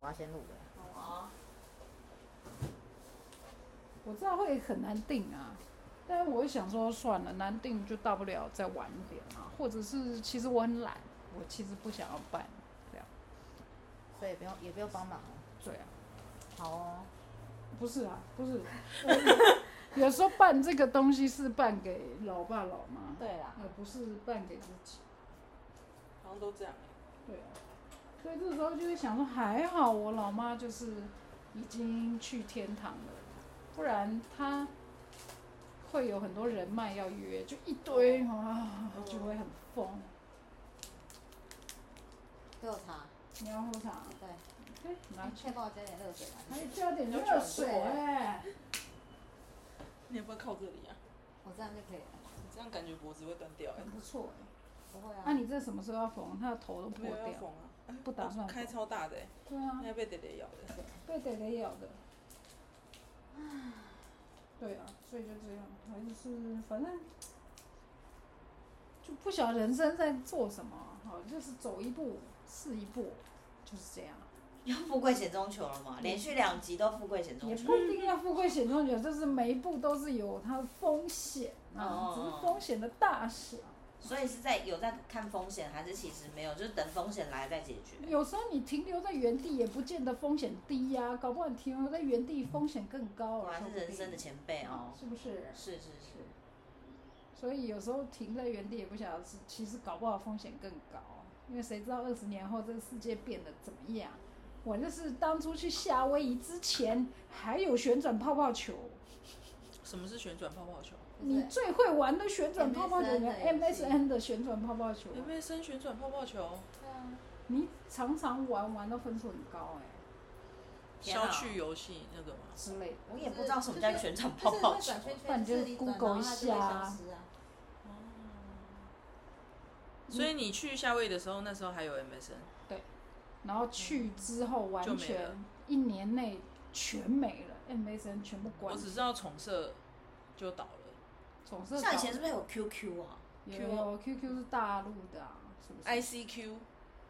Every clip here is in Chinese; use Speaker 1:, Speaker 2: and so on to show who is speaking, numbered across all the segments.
Speaker 1: 我要先录了。
Speaker 2: 好啊，
Speaker 3: 我知道会很难定啊，但是我会想说算了，难定就大不了再晚一点啊，或者是其实我很懒，我其实不想要办，这样
Speaker 1: 所以不用也不用帮忙了。
Speaker 3: 对啊，
Speaker 1: 好哦，
Speaker 3: 不是啊，不是，我有时候办这个东西是办给老爸老妈，
Speaker 1: 对啦，
Speaker 3: 而不是办给自己，
Speaker 2: 好像都这样欸。
Speaker 3: 对啊，所以这时候就会想说还好我老妈就是已经去天堂了，不然她。会有很多人脉要约，就一堆啊，就会很疯。
Speaker 1: 热茶，
Speaker 3: 你要喝茶？
Speaker 1: 对，
Speaker 3: 对，拿
Speaker 1: 你
Speaker 3: 去。
Speaker 1: 可以帮我加点热水吗？
Speaker 3: 哎还加点热水哎、
Speaker 2: 你要不要靠这里啊？
Speaker 1: 我这样就可以了，
Speaker 2: 你这样感觉脖子会断掉哎、
Speaker 3: 很不错哎、
Speaker 1: 不会
Speaker 3: 那、
Speaker 1: 啊。
Speaker 3: 你这什么时候要缝？他的头都破
Speaker 2: 没有要
Speaker 3: 掉。
Speaker 2: 缝啊，哎
Speaker 3: 不打算
Speaker 2: 我开超大的哎、
Speaker 3: 对啊
Speaker 2: 应，该被爹爹咬的。
Speaker 3: 被蕾蕾咬的。对啊，所以就这样，还是反正就不晓得人生在做什么，啊好就是走一步是一步，就是这样。
Speaker 4: 要富贵险中求了嘛，连续两集都富贵险中
Speaker 3: 也
Speaker 4: 求。
Speaker 3: 不一定要富贵险中求，就是每一步都是有它的风险啊，
Speaker 4: 哦
Speaker 3: 只是风险的大小。
Speaker 4: 所以是在有在看风险，还是其实没有，就是等风险来再解决。
Speaker 3: 有时候你停留在原地也不见得风险低呀、搞不好你停留在原地风险更高
Speaker 4: 果
Speaker 3: 啊，
Speaker 4: 然
Speaker 3: 说
Speaker 4: 是
Speaker 3: 不定啊
Speaker 4: 人生的前辈哦。
Speaker 3: 是不是？
Speaker 4: 是是是，
Speaker 3: 所以有时候停在原地也不晓得是，其实搞不好风险更高，因为谁知道二十年后这个世界变得怎么样？我那是当初去夏威夷之前还有旋转泡泡球，
Speaker 2: 什么是旋转泡泡球
Speaker 3: 你
Speaker 1: 啊
Speaker 3: 最会玩的旋转泡泡球，你
Speaker 1: MSN 的游戏
Speaker 3: MSN 的旋转泡泡球，
Speaker 2: ？MSN 旋转泡泡球，
Speaker 1: 对啊，
Speaker 3: 你常常玩玩到分数很高哎、
Speaker 4: 天啊
Speaker 2: 消去游戏那个吗？
Speaker 3: 之类的。
Speaker 4: 我也不知道什么叫全场泡泡球
Speaker 1: 就是会转。圈圈
Speaker 3: 不然就
Speaker 1: 这里转
Speaker 3: Google
Speaker 1: 然后它就会
Speaker 3: 一下啊
Speaker 1: 消失啊
Speaker 2: 所以你去夏威夷的时候，那时候还有 MSN，
Speaker 3: 然后去之后完
Speaker 2: 就没
Speaker 3: 全
Speaker 2: 了
Speaker 3: 一年内全没了，MSN 全部
Speaker 2: 我
Speaker 3: 关，
Speaker 2: 只知道重设就倒了
Speaker 3: 总是
Speaker 4: 像以前是不是有 QQ 啊？
Speaker 3: 有 QQ 是大陆的啊，是不是
Speaker 2: ，ICQ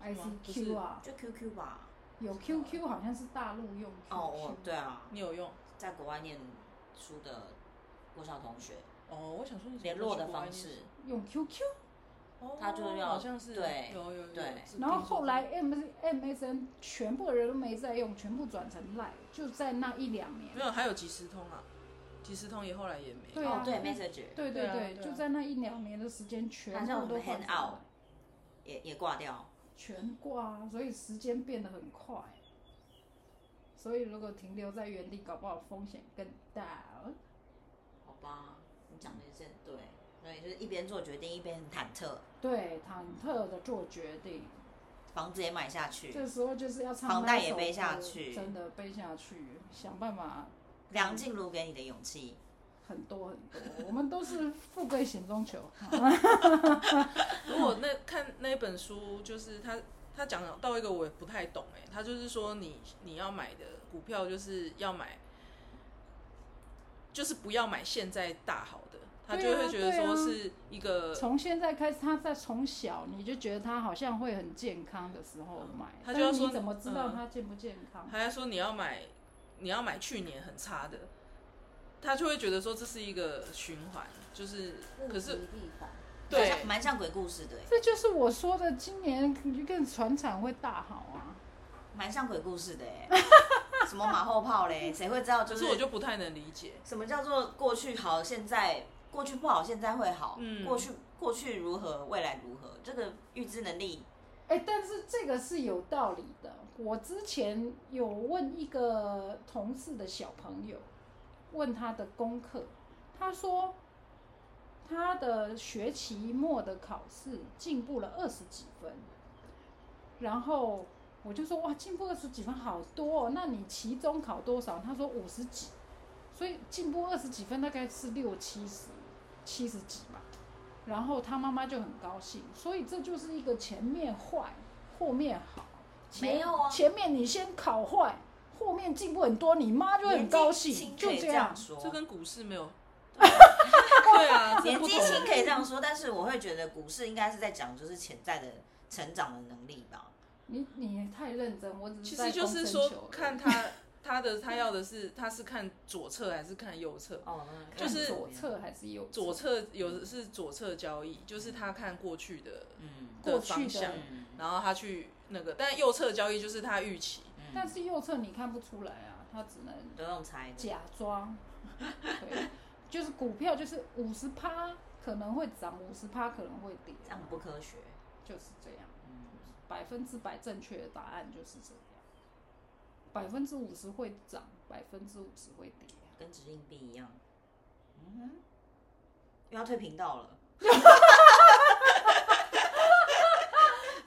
Speaker 3: ？ICQ 啊，
Speaker 4: 就 QQ 吧。
Speaker 3: 有 QQ 好像是大陆用 QQ，
Speaker 4: 哦，我对啊，
Speaker 2: 你有用？
Speaker 4: 在国外念书的国小同学，
Speaker 2: 哦，我想说你怎么
Speaker 4: 联络
Speaker 2: 去
Speaker 4: 的
Speaker 2: 国外
Speaker 4: 方
Speaker 2: 念
Speaker 4: 式，
Speaker 3: 用 QQ，
Speaker 2: 哦，
Speaker 4: 他就要
Speaker 2: 好像是
Speaker 4: 对
Speaker 2: 有有有，
Speaker 4: 对
Speaker 2: 是
Speaker 3: 然后
Speaker 2: 听说
Speaker 3: 后来 M MSN 全部的人都没在用，全部转成 Line，就在那一两年
Speaker 2: 没。有，还有即时通啊，即时通也后来也没，
Speaker 3: 对啊
Speaker 4: 哦，对
Speaker 3: 那
Speaker 4: ，Messenger
Speaker 3: 对
Speaker 2: 对啊
Speaker 3: 对，
Speaker 2: 对啊
Speaker 3: 就在那一两年的时间，全
Speaker 4: 好像
Speaker 3: 部
Speaker 4: 我
Speaker 3: 都
Speaker 4: 们
Speaker 3: 换
Speaker 4: hand
Speaker 3: 成
Speaker 4: out
Speaker 3: Line
Speaker 4: 也也挂掉。
Speaker 3: 全挂啊，所以时间变得很快。所以如果停留在原地，搞不好风险更大。
Speaker 4: 好吧，你讲的也是很对，所以就是一边做决定一边很忐忑，
Speaker 3: 对，忐忑的做决定，
Speaker 4: 房子也买下去，
Speaker 3: 这时候就是要唱
Speaker 4: 房贷
Speaker 3: 那
Speaker 4: 也
Speaker 3: 首
Speaker 4: 背下
Speaker 3: 歌
Speaker 4: 去
Speaker 3: 真的背下去，想办法
Speaker 4: 梁静茹给你的勇气。
Speaker 3: 很多很多。我们都是富贵险中 求，
Speaker 2: 如果那看那一本书，就是他他讲到一个我也不太懂哎、他就是说你你要买的股票就是要买，就是不要买现在大好的，他就
Speaker 3: 对啊
Speaker 2: 会觉得
Speaker 3: 对啊
Speaker 2: 说是一个，
Speaker 3: 从现在开始，他在从小你就觉得他好像会很健康的时候买，
Speaker 2: 他
Speaker 3: 但
Speaker 2: 就要
Speaker 3: 是
Speaker 2: 说
Speaker 3: 你怎么知道
Speaker 2: 嗯
Speaker 3: 他健不健康？
Speaker 2: 他还说你要买你要买去年很差的，他就会觉得说这是一个循环，就是可是
Speaker 4: 嗯
Speaker 1: 物极必反
Speaker 4: 蛮
Speaker 2: 对
Speaker 4: 像蛮像鬼故事的欸，
Speaker 3: 这就是我说的，今年跟船产会大好啊。
Speaker 4: 蛮像鬼故事的 欸，什么马后炮嘞？谁会知道？
Speaker 2: 可
Speaker 4: 就是
Speaker 2: 我就不太能理解，
Speaker 4: 什么叫做过去好，现在过去不好，现在会好？
Speaker 2: 嗯
Speaker 4: 过去过去如何，未来如何？这个预知能力
Speaker 3: 哎、但是这个是有道理的。我之前有问一个同事的小朋友，问他的功课，他说他的学期末的考试进步了二十几分，然后我就说哇，进步二十几分好多哦，那你期中考多少？他说五十几，所以进步二十几分大概是六七十，七十几吧。然后他妈妈就很高兴，所以这就是一个前面坏，后面好。前
Speaker 4: 没有啊
Speaker 3: 前面你先考坏，后面进步很多，你妈就会很高兴，
Speaker 4: 年纪轻
Speaker 3: 就
Speaker 4: 可以
Speaker 3: 这
Speaker 4: 这
Speaker 3: 样
Speaker 4: 样。说，
Speaker 2: 这跟股市 没有，对啊，这
Speaker 4: 年
Speaker 2: 不
Speaker 4: 纪
Speaker 2: 同
Speaker 4: 轻可以这样说，但是我会觉得股市应该是在讲就是潜在的成长的能力吧。
Speaker 3: 你你也太认真，我只
Speaker 2: 其
Speaker 3: 是在
Speaker 2: 实就
Speaker 3: 公
Speaker 2: 是
Speaker 3: 生球
Speaker 2: 说
Speaker 3: 而
Speaker 2: 看
Speaker 3: 已
Speaker 2: 他他的他要的是他是看左侧还是看右侧？
Speaker 4: 哦，那
Speaker 2: 就
Speaker 3: 看
Speaker 2: 是
Speaker 3: 左侧还是右
Speaker 2: 左侧有的是左侧交易，就是他看过去的
Speaker 4: 嗯
Speaker 3: 过
Speaker 2: 的
Speaker 3: 去
Speaker 2: 方
Speaker 3: 的
Speaker 2: 向，
Speaker 4: 嗯
Speaker 2: 然后他去那个，但右侧交易就是他预期，
Speaker 4: 嗯
Speaker 3: 但是右侧你看不出来啊，它只能
Speaker 4: 都用猜的，
Speaker 3: 假装。对，就是股票就是五十趴可能会涨，五十趴可能会跌，
Speaker 4: 这样不科学。
Speaker 3: 就是这样，
Speaker 4: 嗯，
Speaker 3: 百分之百正确的答案就是这样。百分之五十会涨，百分之五十会跌。
Speaker 4: 跟掷硬币一样。嗯哼，又要退频道 了。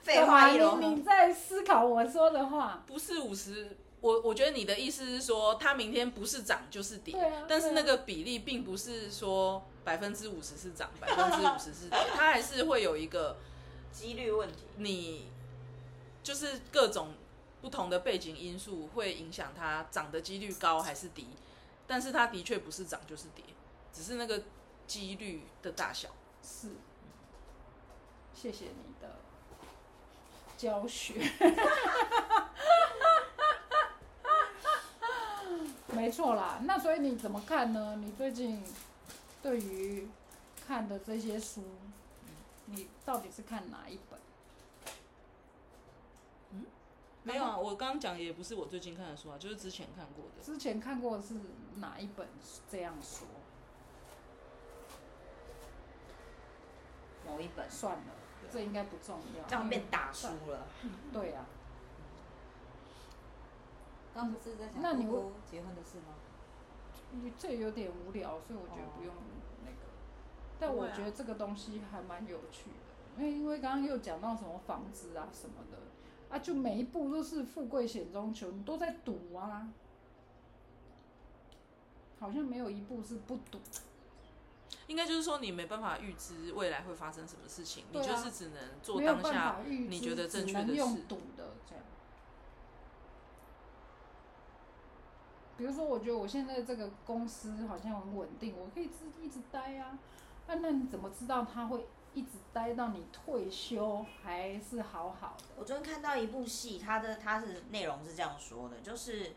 Speaker 4: 废话一哦
Speaker 3: 干嘛你
Speaker 4: 箩
Speaker 3: 你在思考我说的话，
Speaker 2: 不是五十。我我觉得你的意思是说，它明天不是涨就是跌，
Speaker 3: 对啊
Speaker 2: 但是
Speaker 3: 对啊
Speaker 2: 那个比例并不是说百分之五十是涨，百分之五十是跌，它还是会有一个
Speaker 4: 几率问题。
Speaker 2: 你就是各种不同的背景因素会影响它涨的几率高还是低，但是它的确不是涨就是跌，只是那个几率的大小。
Speaker 3: 是，谢谢你的教学。没错啦，那所以你怎么看呢？你最近对于看的这些书，你到底是看哪一本？
Speaker 2: 没有啊，我刚刚讲也不是我最近看的书啊，就是之前看过的。
Speaker 3: 之前看过的是哪一本？这样说
Speaker 4: 某一本
Speaker 3: 算了，这应该不重要。
Speaker 4: 这样变打输了，
Speaker 3: 对啊，
Speaker 1: 刚不是在
Speaker 3: 那
Speaker 1: 讲
Speaker 3: 你
Speaker 1: 姑姑结婚的事吗？
Speaker 3: 你这有点无聊，所以我觉得不用那个。但
Speaker 2: 不
Speaker 3: 我
Speaker 2: 会啊
Speaker 3: 觉得这个东西还蛮有趣的，因为因为刚刚又讲到什么房子啊什么的，啊，就每一步都是富贵险中求，你都在赌啊，好像没有一步是不赌。
Speaker 2: 应该就是说你没办法预知未来会发生什么事情，
Speaker 3: 对啊
Speaker 2: 你就是只能做
Speaker 3: 没有
Speaker 2: 当
Speaker 3: 办
Speaker 2: 下
Speaker 3: 法预知，
Speaker 2: 你觉得正确的
Speaker 3: 只能用
Speaker 2: 事
Speaker 3: 赌的这样。比如说，我觉得我现在这个公司好像很稳定，我可以一一直待啊。啊，那你怎么知道他会一直待到你退休还是好好的？
Speaker 4: 我昨天看到一部戏，它的它是内容是这样说的，就是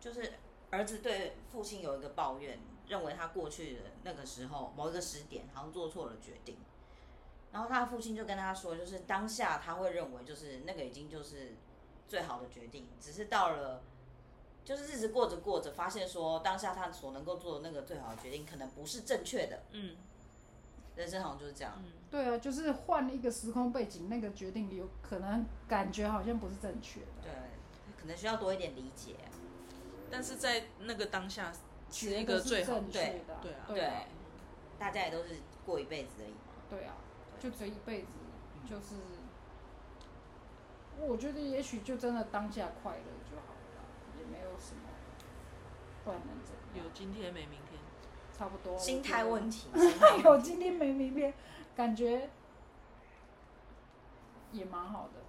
Speaker 4: 就是儿子对父亲有一个抱怨，认为他过去的那个时候某一个时点好像做错了决定，然后他的父亲就跟他说，就是当下他会认为就是那个已经就是最好的决定，只是到了。就是日子过着过着，发现说当下他所能够做的那个最好的决定，可能不是正确的。
Speaker 2: 嗯
Speaker 4: 人生好像就是这样。
Speaker 2: 嗯，
Speaker 3: 对啊，就是换一个时空背景，那个决定有可能感觉好像不是正确的，
Speaker 4: 对，可能需要多一点理解。
Speaker 2: 但是在那个当下是
Speaker 3: 觉
Speaker 2: 一
Speaker 3: 得
Speaker 2: 个
Speaker 3: 是
Speaker 2: 最好的
Speaker 3: 正确的啊，
Speaker 2: 对啊
Speaker 3: 对啊，
Speaker 4: 大家也都是过一辈子而已嘛。
Speaker 3: 对啊，就这一辈子，
Speaker 2: 嗯
Speaker 3: 就是我觉得也许就真的当下快乐就好了啦，也没有什么，不然能怎样？
Speaker 2: 有今天没明天。
Speaker 3: 差不多。
Speaker 4: 心态问
Speaker 3: 题。
Speaker 4: 题，心态
Speaker 3: 有今天没明天，感觉也蛮好的。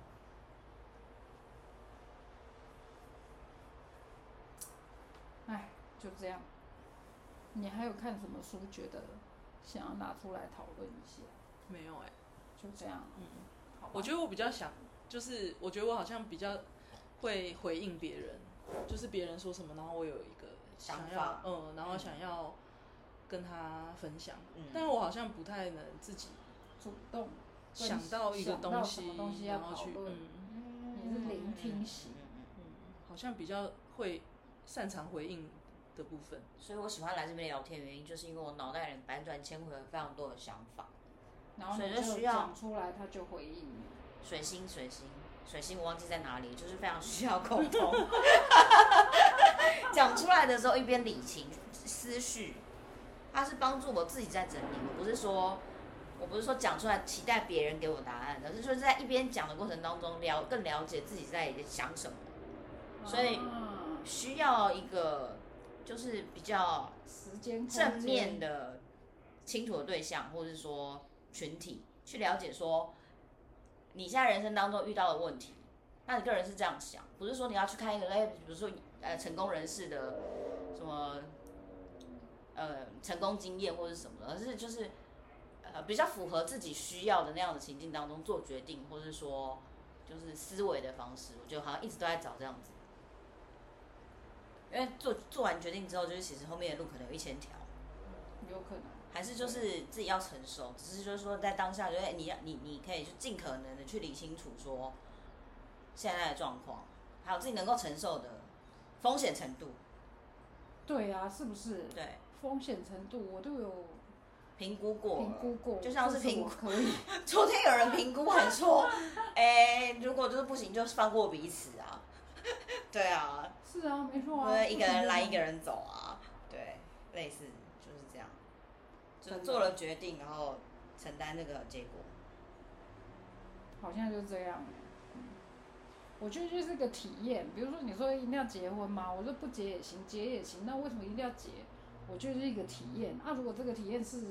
Speaker 3: 哎，就这样。你还有看什么书？觉得想要拿出来讨论一下？
Speaker 2: 没有哎、
Speaker 3: 就这样。嗯，好吧。
Speaker 2: 我觉得我比较想，就是我觉得我好像比较会回应别人，就是别人说什么，然后我有一个
Speaker 4: 想
Speaker 2: 想
Speaker 4: 法
Speaker 2: 要，嗯，然后想要跟他分享，
Speaker 4: 嗯
Speaker 2: 但我好像不太能自己
Speaker 3: 主动分
Speaker 2: 想到一个
Speaker 3: 想到
Speaker 2: 东
Speaker 3: 什
Speaker 2: 西，
Speaker 3: 么东西要
Speaker 2: 然后
Speaker 3: 讨
Speaker 2: 去，
Speaker 3: 论
Speaker 2: 嗯，
Speaker 3: 你是聆听型
Speaker 4: 嗯嗯嗯
Speaker 2: 好像比较会擅长回应的部分。
Speaker 4: 所以我喜欢来这边聊天，原因就是因为我脑袋里百转千回，有非常多的想法。
Speaker 3: 然后
Speaker 4: 所以
Speaker 3: 你
Speaker 4: 就
Speaker 3: 就
Speaker 4: 需要
Speaker 3: 讲出来，他就回应你。
Speaker 4: 水星，水星，水星，我忘记在哪里，就是非常需要沟通。讲出来的时候一边理清思绪，它是帮助我自己在整理，我不是说。我不是说讲出来期待别人给我答案，而是说在一边讲的过程当中了更了解自己在想什么。所以
Speaker 3: 啊
Speaker 4: 需要一个就是比较
Speaker 3: 时间
Speaker 4: 正面
Speaker 3: 的
Speaker 4: 的、清楚的对象，或者是说群体，去了解说你现在人生当中遇到的问题。那你个人是这样想，不是说你要去看一个哎，比如说呃成功人士的什么呃成功经验或者是什么的，而是就是呃比较符合自己需要的那样的情境当中做决定，或是说就是思维的方式，我觉得好像一直都在找这样子。因为做做完决定之后，就是其实后面的路可能有一千条，
Speaker 3: 有可能。
Speaker 4: 还是就是自己要成熟，只是就是说在当下，就是哎你要你你可以去尽可能的去理清楚说现在的状况，还有自己能够承受的风险程度，
Speaker 3: 对啊，是不是？
Speaker 4: 对，
Speaker 3: 风险程度我都有
Speaker 4: 评估过了，
Speaker 3: 评估过，
Speaker 4: 就像是
Speaker 3: 这
Speaker 4: 评
Speaker 3: 我
Speaker 4: 估
Speaker 3: 可以。
Speaker 4: 昨天有人评估很说，哎、如果就是不行，就放过彼此啊。 对啊，
Speaker 3: 是啊，没 错
Speaker 4: 因
Speaker 3: 啊。
Speaker 4: 为一个人来，一个
Speaker 3: 人。
Speaker 4: 人走啊。对，类似就是这样，就是
Speaker 3: 真的
Speaker 4: 做了决定，然后承担那个结果。
Speaker 3: 好像就这样欸。嗯我觉得就是个体验，比如说你说一定要结婚吗？我说不结也行，结也行，那为什么一定要结？我觉得就是一个体验。啊，如果这个体验是，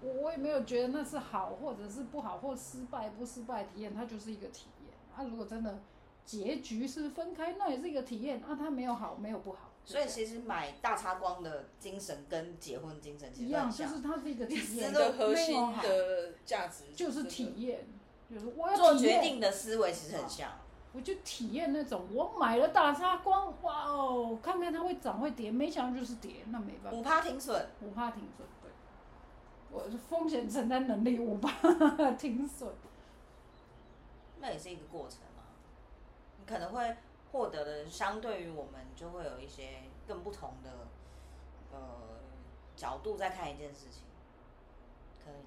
Speaker 3: 我我也没有觉得那是好或者是不好或失败不失败的体验，它就是一个体验。啊，如果真的结局是分开，那也是一个体验。啊，它没有好，没有不好，
Speaker 4: 所以其实买大叉光的精神跟结婚精神其
Speaker 3: 一
Speaker 4: 实都
Speaker 3: 样
Speaker 4: 很
Speaker 3: 就
Speaker 4: 像。
Speaker 3: 是它是一个体验，
Speaker 2: 你的核
Speaker 3: 没
Speaker 2: 心
Speaker 3: 有好，
Speaker 2: 的价值
Speaker 3: 就是体验，就是我要
Speaker 4: 做
Speaker 3: 体
Speaker 4: 决
Speaker 3: 验
Speaker 4: 定的思维其实很像，
Speaker 3: 我就体验那种，我买了大沙光，哇哦，看看它会涨会跌，没想到就是跌，那没办法，
Speaker 4: 五趴停损，
Speaker 3: 我怕停损，对，我是风险承担能力，我怕 停损，
Speaker 4: 那也是一个过程嘛。你可能会获得的，相对于我们就会有一些更不同的呃角度在看一件事情，可能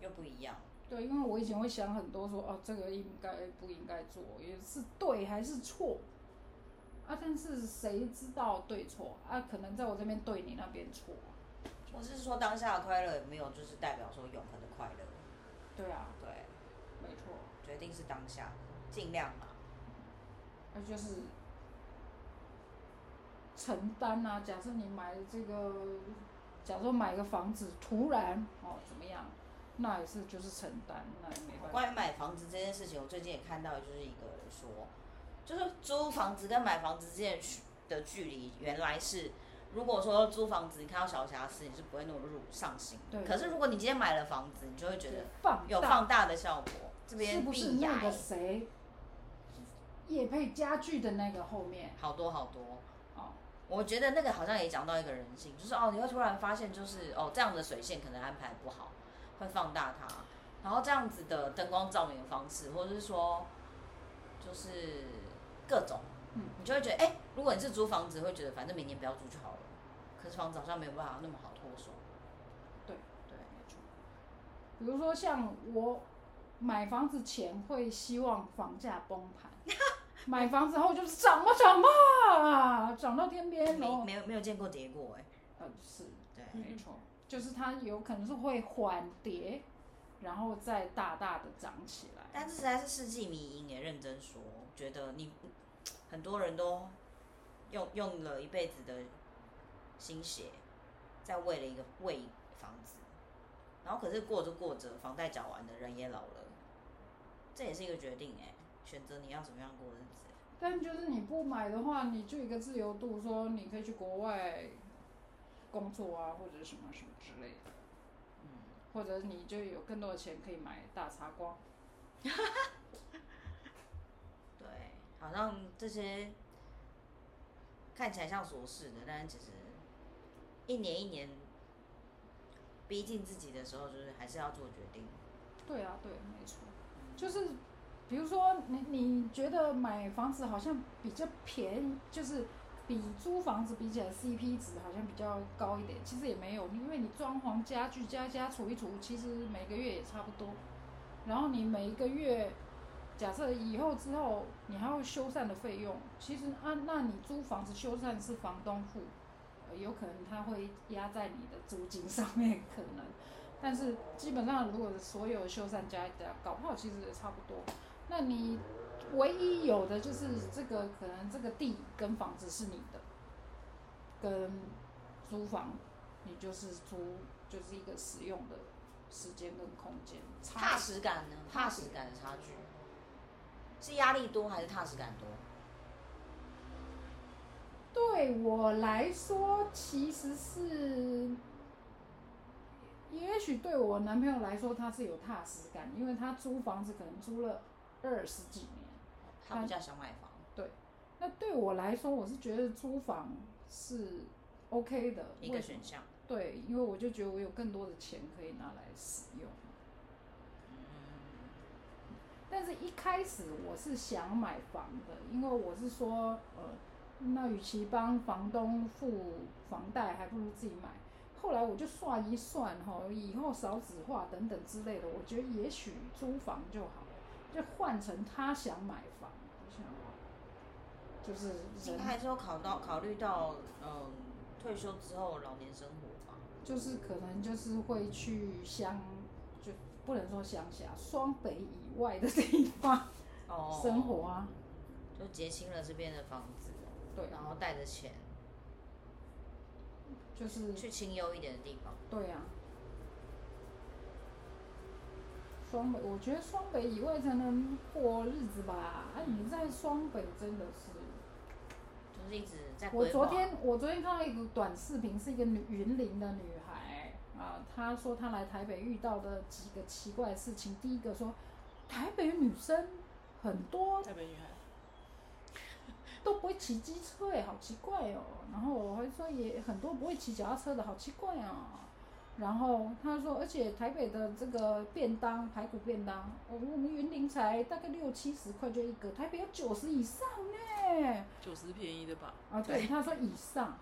Speaker 4: 又不一样。
Speaker 3: 对，因为我以前会想很多说，哦，这个应该不应该做，也是对还是错，啊，但是谁知道对错啊？可能在我这边对你那边错，
Speaker 4: 我是说当下的快乐有没有就是代表说永恒的快乐？
Speaker 3: 对啊，
Speaker 4: 对，
Speaker 3: 没错，
Speaker 4: 决定是当下，尽量嘛。
Speaker 3: 那就是承担啊。假设你买了这个，假设买个房子，突然哦怎么样，那也是就是承担，那也没办法。
Speaker 4: 关于买房子这件事情，我最近也看到，就是一个人说，就是租房子跟买房子之间的距的距离，原来是如果说租房子你看到小瑕疵，你是不会那么入上心的。
Speaker 3: 对
Speaker 4: 可是如果你今天买了房子，你就会觉得
Speaker 3: 放
Speaker 4: 有
Speaker 3: 大
Speaker 4: 放大的效果，这
Speaker 3: 是
Speaker 4: 边
Speaker 3: 不是
Speaker 4: 避
Speaker 3: 那
Speaker 4: 牙
Speaker 3: 个谁，叶配家具的那个后面
Speaker 4: 好多好多。
Speaker 3: 哦，
Speaker 4: 我觉得那个好像也讲到一个人性，就是哦，你会突然发现，就是哦这样的水线可能安排不好，会放大它，然后这样子的灯光照明的方式，或者是说，就是各种，
Speaker 3: 嗯
Speaker 4: 你就会觉得，哎、如果你是租房子，会觉得反正明年不要租就好了。可是房子好像没有办法那么好脱手，
Speaker 3: 对
Speaker 4: 对，
Speaker 3: 没错。比如说像我买房子前会希望房价崩盘， 买房子后就是涨吧涨吧，涨到天边，然
Speaker 4: 没
Speaker 3: 后
Speaker 4: 没有没有见过跌过哎、
Speaker 3: 呃是
Speaker 4: 对，
Speaker 3: 没错，就是它有可能是会缓跌，然后再大大的涨起来。
Speaker 4: 但这实在是世纪迷因也认真说，觉得你很多人都用用了一辈子的心血，在为了一个为房子，然后可是过着过着，房贷缴完的人也老了，这也是一个决定哎、选择你要怎么样过日子。
Speaker 3: 但就是你不买的话，你就有一个自由度，说你可以去国外工作啊，或者什么什么之类的，
Speaker 4: 嗯，
Speaker 3: 或者你就有更多的钱可以买大茶光。
Speaker 4: 对，好像这些看起来像琐事的，但是其实一年一年逼近自己的时候，就是还是要做决定。
Speaker 3: 对啊，对，没错，就是比如说你你觉得买房子好像比较便宜，就是比租房子比起来 CP 值好像比较高一点，其实也没有，因为你装潢家具加一加除一除，其实每个月也差不多。然后你每一个月，假设以后之后你还要修缮的费用，其实啊，那你租房子修缮是房东付，呃有可能他会压在你的租金上面，可能。但是基本上，如果所有修缮加一加，搞不好其实也差不多。那你唯一有的就是这个，可能这个地跟房子是你的，跟租房，你就是租就是一个使用的时间跟空间
Speaker 4: 踏
Speaker 3: 差
Speaker 4: 实感呢？踏实感的差距是压力多还是踏实感多？
Speaker 3: 对我来说，其实是，也许对我男朋友来说，他是有踏实感，因为他租房子可能租了二十几年。
Speaker 4: 他比较想买房，
Speaker 3: 那对我来说，我是觉得租房是 OK 的，
Speaker 4: 一
Speaker 3: 为
Speaker 4: 个
Speaker 3: 什么
Speaker 4: 选项。
Speaker 3: 对，因为我就觉得我有更多的钱可以拿来使用。但是一开始我是想买房的，因为我是说，呃，那与其帮房东付房贷，还不如自己买。后来我就算一算哈，以后少子化等等之类的，我觉得也许租房就好了，就换成他想买房，我想就是
Speaker 4: 应该
Speaker 3: 人
Speaker 4: 还是有考到考虑到，嗯，退休之后老年生活吧。
Speaker 3: 就是可能就是会去乡，就不能说乡下，双北以外的地方
Speaker 4: 哦
Speaker 3: 生活啊，
Speaker 4: 就结清了这边的房子，
Speaker 3: 对，
Speaker 4: 然后带着钱
Speaker 3: 就是
Speaker 4: 去清幽一点的地方。
Speaker 3: 对啊。双北，我觉得双北以外才能过日子吧。啊，你在双北真的是，
Speaker 4: 就是一直在
Speaker 3: 我
Speaker 4: 规划
Speaker 3: 昨天我昨天看到一个短视频，是一个女云林的女孩啊，她说她来台北遇到的几个奇怪的事情。第一个说，台北女生很多
Speaker 2: 台北女孩，
Speaker 3: 都不会骑机车哎，好奇怪哦。然后我还说也很多不会骑脚踏车的，好奇怪哦。然后他说，而且台北的这个便当排骨便当，我们我们云林才大概六七十块就一个，台北要九十以上呢。
Speaker 2: 九十便宜的吧？
Speaker 3: 啊，对，他说以上，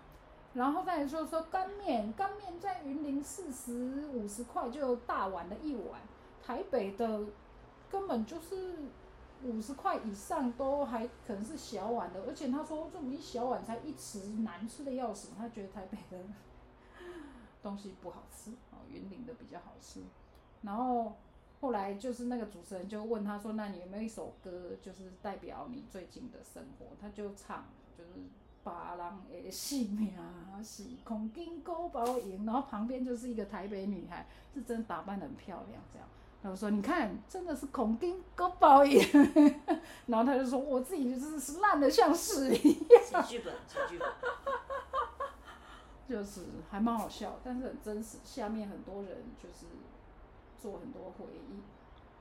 Speaker 3: 然后再说说干面，干面在云林四十五十块就大碗的一碗，台北的根本就是五十块以上都还可能是小碗的，而且他说这种一小碗才一匙，难吃的要死，他觉得台北的东西不好吃，哦，云林的比较好吃，然后。后来就是那个主持人就问他说：“那你有没有一首歌，就是代表你最近的生活？”他就唱，就是“把人的性命是空金箍包赢”，然后旁边就是一个台北女孩，是真的打扮得很漂亮，这样。然后说：“你看，真的是孔金勾包赢。” 然后他就说：“我自己就是是烂的像屎一样，
Speaker 4: 写剧 本，写剧本，
Speaker 3: 就是还蛮好笑，但是很真实。下面很多人就是做很多回忆，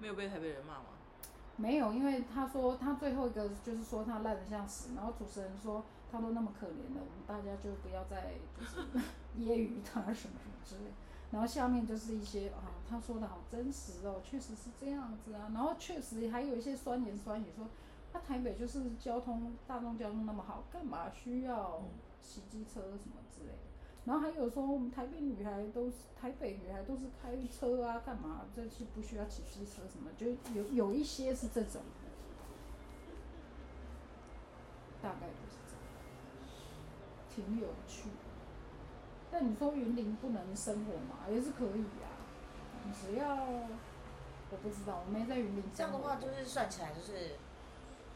Speaker 2: 没有被台北人骂吗？
Speaker 3: 没有，因为他说他最后一个就是说他烂得像屎，然后主持人说他都那么可怜了，我们大家就不要再就是揶揄他什么什么之类。然后下面就是一些啊，他说的好真实哦，确实是这样子啊。然后确实还有一些酸言酸语说，那、台北就是交通大众交通那么好，干嘛需要骑机车什么之类的。然后还有说，我们台北女孩都是台北女孩都是开车啊，干嘛这些不需要骑机车什么，就有有一些是这种的，大概就是这样，挺有趣的。但你说云林不能生活嘛，也是可以啊，只要我不知道，我没在云林
Speaker 4: 这样
Speaker 3: 生
Speaker 4: 的
Speaker 3: 活
Speaker 4: 话，就是算起来就是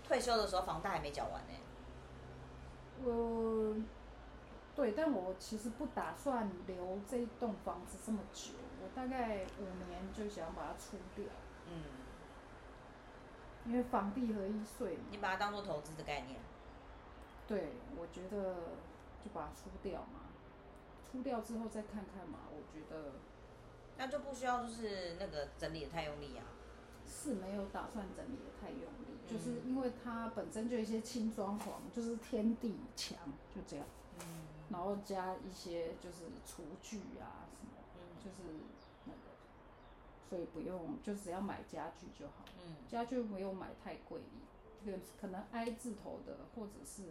Speaker 4: 退休的时候房贷还没缴完呢、
Speaker 3: 呃，对，但我其实不打算留这一栋房子这么久，我大概五年就想把它出掉，
Speaker 4: 嗯，
Speaker 3: 因为房地合一税嘛。
Speaker 4: 你把它当做投资的概念，
Speaker 3: 对，我觉得就把它出掉嘛，出掉之后再看看嘛，我觉得
Speaker 4: 那就不需要就是那个整理的太用力啊。
Speaker 3: 是没有打算整理的太用力，就是
Speaker 4: 嗯
Speaker 3: 因为它本身就有一些轻装潢，就是天地墙就这样，
Speaker 4: 嗯
Speaker 3: 然后加一些就是厨具啊什么。
Speaker 4: 嗯
Speaker 3: 就是那个，所以不用，就只要买家具就好。
Speaker 4: 嗯，
Speaker 3: 家具不用买太贵，可能可能 I 字头的或者是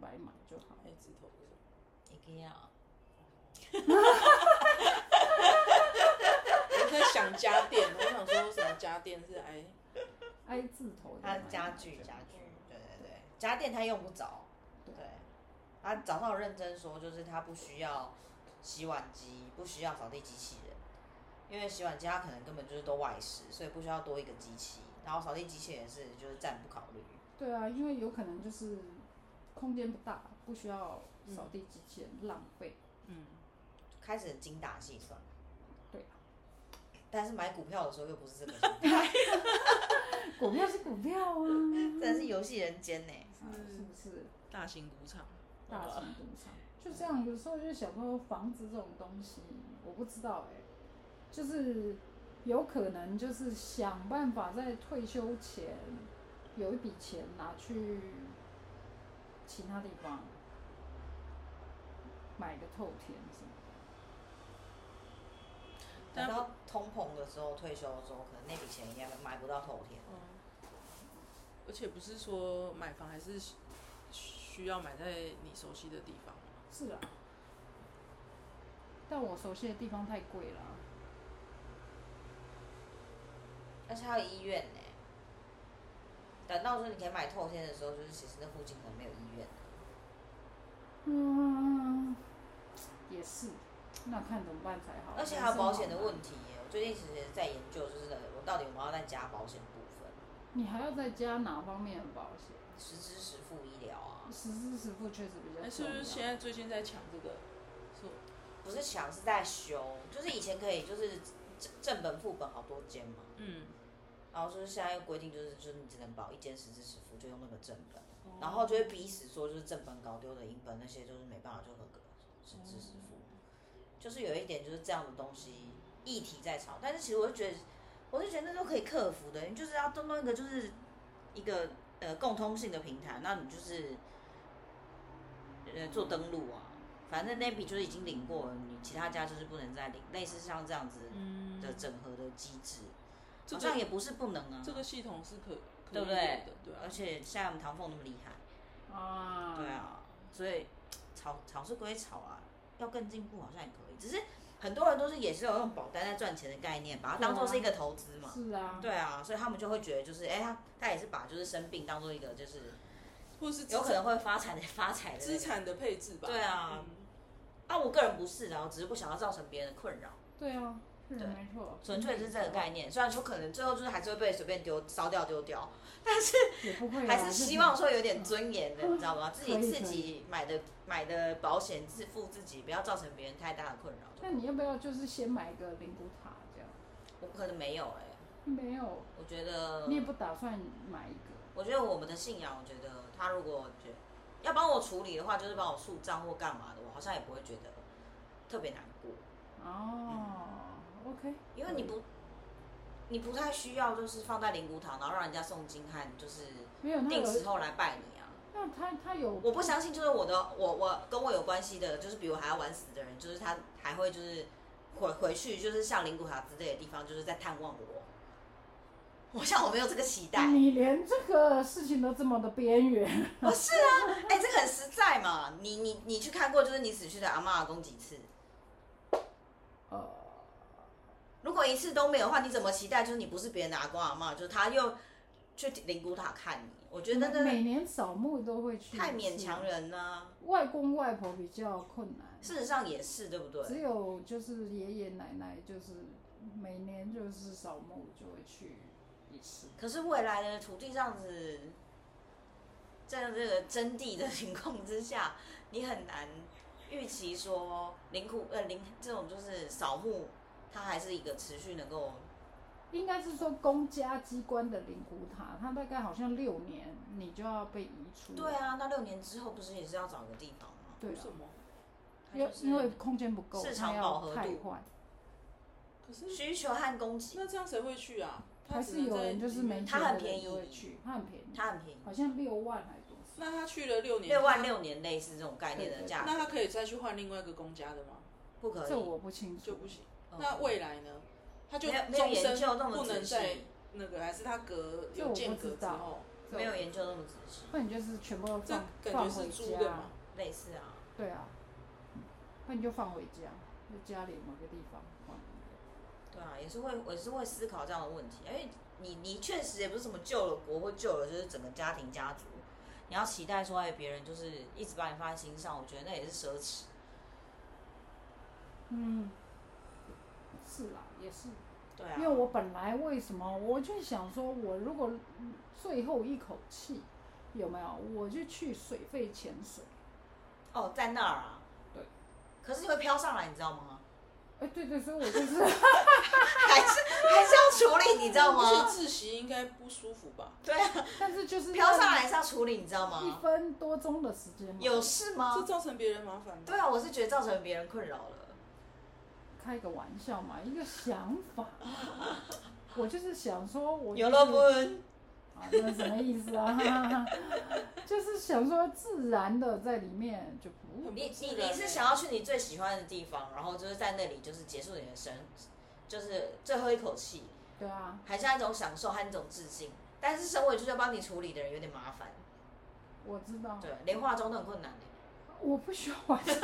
Speaker 3: 白买就好。
Speaker 2: 哎，直头不是
Speaker 4: 一定要。
Speaker 2: 我在想家电，我想说什么家电是哎，
Speaker 3: I 字头的
Speaker 4: 它
Speaker 3: 买
Speaker 4: 是
Speaker 3: 买
Speaker 4: 啊家具，
Speaker 3: 就好
Speaker 4: 家具，对对对，家电他用不着，
Speaker 3: 对
Speaker 4: 对，他早上有认真说，就是他不需要洗碗机，不需要扫地机器人，因为洗碗机他可能根本就是都外食，所以不需要多一个机器，然后扫地机器人是就是暂不考虑，
Speaker 3: 对啊，因为有可能就是空间不大，不需要
Speaker 4: 嗯
Speaker 3: 扫地机器人，浪费。
Speaker 2: 嗯，
Speaker 4: 开始精打细算，
Speaker 3: 对啊，
Speaker 4: 但是买股票的时候又不是这个心 态，
Speaker 3: 股票是股票啊，
Speaker 4: 真的是游戏人间呢、
Speaker 3: 啊是不是？
Speaker 2: 大型赌场，
Speaker 3: 大型赌场，就这欸样。有时候就想说房子这种东西，我不知道哎、就是有可能就是想办法在退休前有一笔钱拿去其他地方买个透天什么
Speaker 4: 等到通膨的时候，退休的时候，可能那笔钱应该买不到头天。
Speaker 2: 哦而且不是说买房还是需需要买在你熟悉的地方吗，
Speaker 3: 的，是啊。但我熟悉的地方太贵了啊，
Speaker 4: 而且还有医院呢、等到说你可以买透天的时候，就是其实那附近可能没有医院。
Speaker 3: 嗯，也是，那看怎么办才好。
Speaker 4: 而且还有保险的
Speaker 3: 题，
Speaker 4: 问题耶，我最近其实也在研究，就是我到底有没有要再加保险部分，
Speaker 3: 你还要再加哪方面的保险？
Speaker 4: 实支实付医疗啊，
Speaker 3: 实支实付确实比较
Speaker 2: 那是
Speaker 3: 重
Speaker 2: 不
Speaker 3: 要。
Speaker 2: 是现在最近在抢这个？是我
Speaker 4: 不是强是在修，就是以前可以就是正正本副本好多间嘛，
Speaker 2: 嗯，
Speaker 4: 然后就是现在又规定就是就是你只能保一间实支实付，就用那个正本，
Speaker 2: 哦
Speaker 4: 然后就会逼死说就是正本搞丢的银本那些就是没办法就合格实支实付，就是有一点就是这样的东西议题在吵，但是其实我就觉得我是觉得那都可以克服的，你就是要弄弄一个就是一个呃共通性的平台，那你就是呃做登录啊，反正那笔就是已经领过了，你其他家就是不能再领，类似像这样子的整合的机制，
Speaker 2: 嗯这
Speaker 4: 好
Speaker 2: 个
Speaker 4: 像也不是不能啊，
Speaker 2: 这个系统是可可以
Speaker 4: 对
Speaker 2: 有
Speaker 4: 不对
Speaker 2: 的，对啊
Speaker 4: 而。且像我们唐凤那么厉害，
Speaker 3: 啊，
Speaker 4: 对，啊，所以吵吵是归吵啊，要更进步好像也可以，只是很多人都是也是有用保单在赚钱的概念，把它当做是一个投资嘛。
Speaker 3: 是啊，
Speaker 4: 对啊，所以他们就会觉得就是，哎、他他也是把就是生病当做一个就是
Speaker 2: 或是资
Speaker 4: 有可
Speaker 2: 产
Speaker 4: 能会发财的发财的那个
Speaker 2: 资。产的配置吧。
Speaker 4: 对啊
Speaker 2: 嗯
Speaker 4: 啊，我个人不是啊，我只是不想要造成别人的困扰，
Speaker 3: 对啊，是
Speaker 4: 对
Speaker 3: 没错，
Speaker 4: 纯粹是这个概念。虽然说可能最后就是还是会被随便丢烧掉丢掉，
Speaker 3: 也不会啊，
Speaker 4: 还是希望
Speaker 3: 就
Speaker 4: 说有点尊严的，你知道吗？自己
Speaker 3: 可以
Speaker 4: 自己买的买的保险自付自己，不要造成别人太大的困扰。
Speaker 3: 那你要不要就是先买一个灵骨塔这样？
Speaker 4: 我可能没有哎、
Speaker 3: 没有，
Speaker 4: 我觉得
Speaker 3: 你，也不打算买一个，
Speaker 4: 我觉得我们的信仰，我觉得他如果觉得要帮我处理的话，就是帮我树葬或干嘛的，我好像也不会觉得特别难过，
Speaker 3: 哦，OK，
Speaker 4: 嗯因为你不，你不太需要就是放在灵骨塔，然后让人家诵经和就是
Speaker 3: 没有那
Speaker 4: 定时
Speaker 3: 有，
Speaker 4: 候来拜你啊。
Speaker 3: 那他他有
Speaker 4: 我不相信，就是我的我我跟我有关系的，就是比我还要晚死的人，就是他还会就是回回去就是像灵骨塔之类的地方，就是在探望我。我想我没有这个期待。
Speaker 3: 你连这个事情都这么的边缘，
Speaker 4: 不是啊，哎、这个很实在嘛。你你你去看过就是你死去的阿妈阿公几次？
Speaker 3: 呃，
Speaker 4: 如果一次都没有的话，你怎么期待就是你不是别人的阿公阿妈，就是他又去灵骨塔看你？我觉得
Speaker 3: 每
Speaker 4: 那
Speaker 3: 年扫墓都会去，
Speaker 4: 太勉强
Speaker 3: 了。
Speaker 4: 人了、
Speaker 3: 外公外婆比较困难，
Speaker 4: 事实上也是，对不对？
Speaker 3: 只有就是爷爷奶奶，就是每年就是扫墓就会去一次。
Speaker 4: 可是未来的土地这样子，在这个征地的情况之下，你很难预期说灵骨呃灵这种就是扫墓，它还是一个持续能够
Speaker 3: 应该是说公家机关的灵骨塔，它大概好像六年你就要被移出。
Speaker 4: 对，啊，那六年之后不是也是要找个地方吗？
Speaker 3: 对
Speaker 2: 为
Speaker 3: 啊
Speaker 2: 什，么？
Speaker 4: 它
Speaker 3: 因为
Speaker 4: 就是
Speaker 3: 啊因为空间不够，
Speaker 4: 市
Speaker 3: 它
Speaker 4: 场
Speaker 3: 要
Speaker 4: 饱和
Speaker 3: 汰
Speaker 4: 度
Speaker 3: 换，
Speaker 2: 可是
Speaker 4: 需求和供给，
Speaker 2: 那这样谁会去啊？他
Speaker 3: 还
Speaker 2: 只
Speaker 3: 是
Speaker 2: 能
Speaker 3: 有
Speaker 2: 在
Speaker 3: 人就是没
Speaker 4: 它
Speaker 3: 钱
Speaker 4: 很
Speaker 3: 的人
Speaker 4: 便
Speaker 3: 就会
Speaker 4: 宜
Speaker 3: 去，它很便宜，
Speaker 4: 它很便宜，
Speaker 3: 好像六万还多少。
Speaker 2: 那他去了六年，
Speaker 4: 六啊万，六年类似这种概念
Speaker 3: 对
Speaker 4: 的
Speaker 3: 对
Speaker 4: 价
Speaker 2: 那
Speaker 4: 格，
Speaker 2: 他可以再去换另外一个公家的吗？
Speaker 4: 不可以
Speaker 3: 这，我不清楚，
Speaker 2: 就不行。
Speaker 4: 嗯
Speaker 2: 那未来呢？他就
Speaker 4: 没有没有
Speaker 2: 终
Speaker 4: 研究那
Speaker 2: 身
Speaker 4: 么
Speaker 2: 不
Speaker 4: 仔
Speaker 2: 能
Speaker 4: 细
Speaker 2: 再，那个，还是他隔
Speaker 3: 这我
Speaker 2: 有
Speaker 3: 不
Speaker 2: 间隔
Speaker 3: 知
Speaker 2: 之
Speaker 3: 道
Speaker 2: 后，
Speaker 3: 这
Speaker 4: 没有
Speaker 3: 我，
Speaker 4: 研究那么仔细，
Speaker 3: 不然你就是全部都
Speaker 2: 这
Speaker 3: 放
Speaker 2: 感觉
Speaker 3: 放
Speaker 2: 是
Speaker 3: 回
Speaker 2: 租的
Speaker 3: 家
Speaker 2: 嘛。？
Speaker 4: 类似啊，
Speaker 3: 对啊，那你就放回家，在家里某个地方放一个。
Speaker 4: 对啊，也是会我也是会思考这样的问题，因为你你确实也不是什么救了国或救了就是整个家庭家族，你要期待说哎别人就是一直把你放在心上，我觉得那也是奢侈。
Speaker 3: 嗯，是啦，也是，
Speaker 4: 对
Speaker 3: 因为
Speaker 4: 啊，
Speaker 3: 我本来为什么我就想说，我如果嗯最后一口气有没有，我就去水肺潜水。
Speaker 4: 哦，在那儿啊，
Speaker 3: 对，
Speaker 4: 可是你会飘上来，你知道吗？
Speaker 3: 哎，对对，所以我就 是
Speaker 4: 还是还是要处理，你知道
Speaker 2: 而
Speaker 4: 吗？
Speaker 2: 且窒息应该不舒服吧？
Speaker 4: 对啊，
Speaker 3: 但是就是
Speaker 4: 飘上
Speaker 3: 那
Speaker 4: 来是要处理，你知道
Speaker 3: 一
Speaker 4: 吗？
Speaker 3: 分多钟的时间嘛，
Speaker 4: 有事吗
Speaker 2: 这？造成别人麻烦吗？
Speaker 4: 对啊，我是觉得造成别人困扰了。
Speaker 3: 开个玩笑嘛，一个想法。我就是想说我、就
Speaker 4: 有
Speaker 3: 是，
Speaker 4: 了不？
Speaker 3: 啊，那什么意思啊？ 哈哈哈就是想说自然的在里面就不
Speaker 4: 你
Speaker 2: 是
Speaker 4: 你
Speaker 2: 的
Speaker 4: 你是想要去你最喜欢的地方，然后就是在那里就是结束你的生，就是最后一口气，
Speaker 3: 对啊，
Speaker 4: 还是那种享受和一种致敬。但是身为就是要帮你处理的人有点麻烦，
Speaker 3: 我知道，
Speaker 4: 对，连化妆都很困难，欸
Speaker 3: 我不需要玩笑，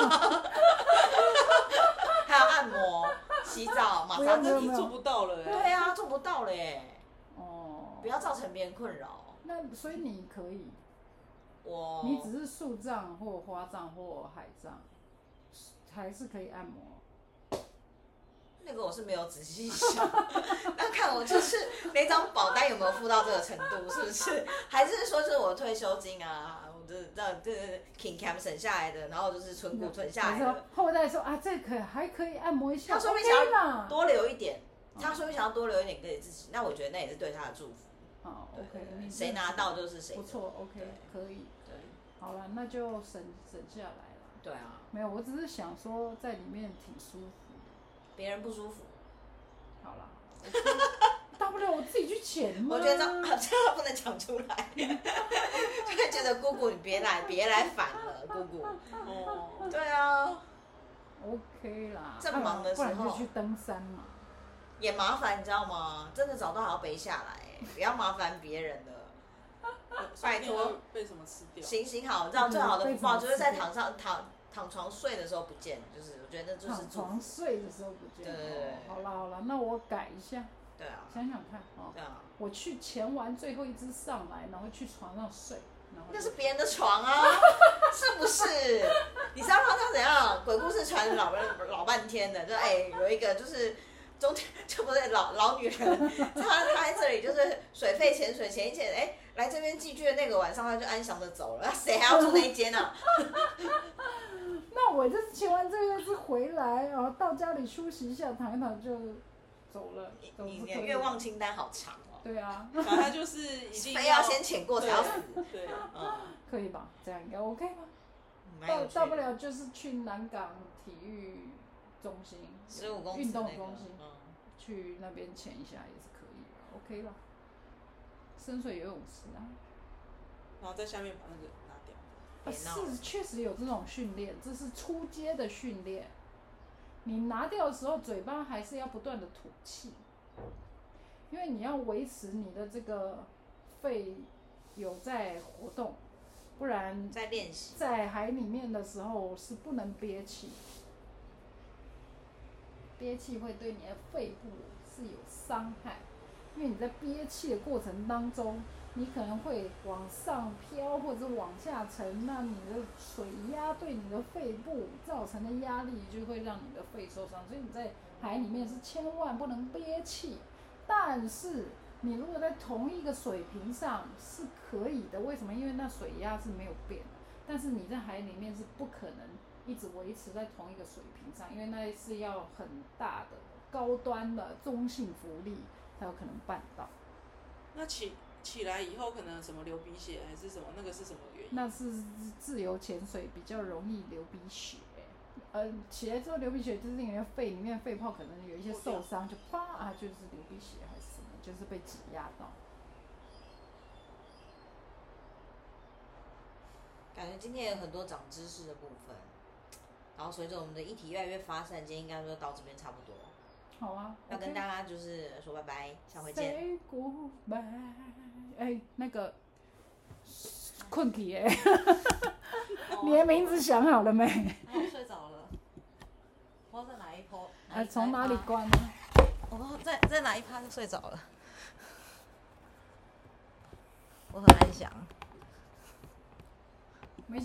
Speaker 4: 还有按摩、洗 澡、马
Speaker 3: 不
Speaker 4: 杀
Speaker 3: 要
Speaker 2: 他
Speaker 3: 没
Speaker 4: 鸡
Speaker 3: 有
Speaker 2: 自己做不到了、欸，
Speaker 4: 对啊，做不到嘞，
Speaker 3: 哦，
Speaker 4: 不要造成别人困扰。
Speaker 3: 那所以你可以，
Speaker 4: 我
Speaker 3: 你只是树葬或花葬或海葬，还是可以按摩。
Speaker 4: 那个我是没有仔细想， 那看我就是那张保单有没有付到这个程度，是不是？还是说就是我退休金啊，我的那这 King Cam 省下来的，然后就是存股存下来
Speaker 3: 你说
Speaker 4: 的，
Speaker 3: 后代说啊，这可还可以按摩一下，
Speaker 4: 他说没
Speaker 3: OK
Speaker 4: 想
Speaker 3: 嘛，
Speaker 4: 多留一点。
Speaker 3: 嗯
Speaker 4: 他说想要多留一点给自己，那我觉得那也是对他的祝福。
Speaker 3: 啊好
Speaker 4: 对
Speaker 3: OK，
Speaker 4: 对对，
Speaker 3: 你
Speaker 4: 谁拿到就是谁的
Speaker 3: 不。错，OK，
Speaker 4: 对
Speaker 3: 可以，
Speaker 4: 对
Speaker 3: 好了，那就省省下来了。
Speaker 4: 对啊，
Speaker 3: 没有，我只是想说在里面挺舒服的。
Speaker 4: 别人不舒服，
Speaker 3: 好 了，大不了我自己去潜嘛。
Speaker 4: 我觉得这样 这样不能讲出 来，就会觉得姑姑你别来别来烦了，姑 姑。
Speaker 2: 哦，
Speaker 4: 对啊，
Speaker 3: OK 啦，
Speaker 4: 正忙的时候
Speaker 3: 不然就去登山嘛。
Speaker 4: 也麻烦，你知道吗？真的找到还要背下来、不要麻烦别人了。拜托，
Speaker 2: 被什么吃掉？
Speaker 4: 行行好，让最好的福报
Speaker 3: 嗯
Speaker 4: 就是在躺上躺躺床睡的时候不见，就是我觉得那就是
Speaker 3: 躺
Speaker 4: 祝
Speaker 3: 床
Speaker 4: 福。
Speaker 3: 睡的时候不见。
Speaker 4: 对对对
Speaker 3: 哦好啦好啦，那我改一下，
Speaker 4: 对啊，
Speaker 3: 想想看哦。
Speaker 4: 对啊，
Speaker 3: 我去潜完最后一只上来，然后去床上睡，然后
Speaker 4: 那是别人的床啊，是不是？你知道他他怎样？鬼故事传老半老半天的，就哎、有一个就是。中间这不是老老女人，她她在这里就是水费潜水潜一潜，哎、来这边寄居的那个晚上，她就安详的走了，谁还要住那一间啊？
Speaker 3: 那我就是骑完这个是回来，然后到家里休息一下，躺一躺就走了。走
Speaker 4: 你
Speaker 3: 不
Speaker 4: 的
Speaker 3: 可以
Speaker 4: 愿望清单好长哦，
Speaker 3: 对啊，
Speaker 2: 反正他就是一定
Speaker 4: 非要先潜过才要 死。
Speaker 2: 对，
Speaker 4: 嗯，
Speaker 3: 可以吧？这样应该 OK 吧？
Speaker 4: 蛮
Speaker 3: 到
Speaker 4: 有趣的
Speaker 3: 到不了就是去南港体育中心、
Speaker 4: 十五公尺
Speaker 3: 运动
Speaker 4: 那个
Speaker 3: 中心
Speaker 4: 嗯，
Speaker 3: 去那边潜一下也是可以的，OK 了。深水游泳池啊，
Speaker 2: 然后在下面把那个拿掉。
Speaker 3: 啊
Speaker 4: 别闹了
Speaker 3: 是确实有这种训练，这是出街的训练。你拿掉的时候，嘴巴还是要不断的吐气，因为你要维持你的这个肺有在活动，不然
Speaker 4: 在练习。
Speaker 3: 在海里面的时候是不能憋气，憋气会对你的肺部是有伤害，因为你在憋气的过程当中，你可能会往上飘或者往下沉，那你的水压对你的肺部造成的压力就会让你的肺受伤，所以你在海里面是千万不能憋气，但是。你如果在同一个水平上是可以的，为什么？因为那水压是没有变的。但是你在海里面是不可能一直维持在同一个水平上，因为那是要很大的、高端的中性浮力才有可能办到。
Speaker 2: 那起起来以后，可能什么流鼻血还是什么，那个是什么原因？
Speaker 3: 那是自由潜水比较容易流鼻血，呃，起来之后流鼻血就是因为肺里面肺泡可能有一些受伤，就啪啊就是流鼻血还是什么，就是被挤压到。
Speaker 4: 感觉今天有很多长知识的部分，然后随着我们的议题越来越发散，今天应该说到这边差不多，
Speaker 3: 好啊，
Speaker 4: 要跟
Speaker 3: OK
Speaker 4: 大家就是说拜拜，下回见。
Speaker 3: Say goodbye。哎，那个
Speaker 4: 哦
Speaker 3: 困体哎， 你的名字想好了没？
Speaker 1: 然哦后睡着了，不知道在哪一波，
Speaker 3: 呃，从哪里
Speaker 1: 一趴？
Speaker 3: 关呢？
Speaker 1: 我不知道在在哪一趴就睡着了，我很安详。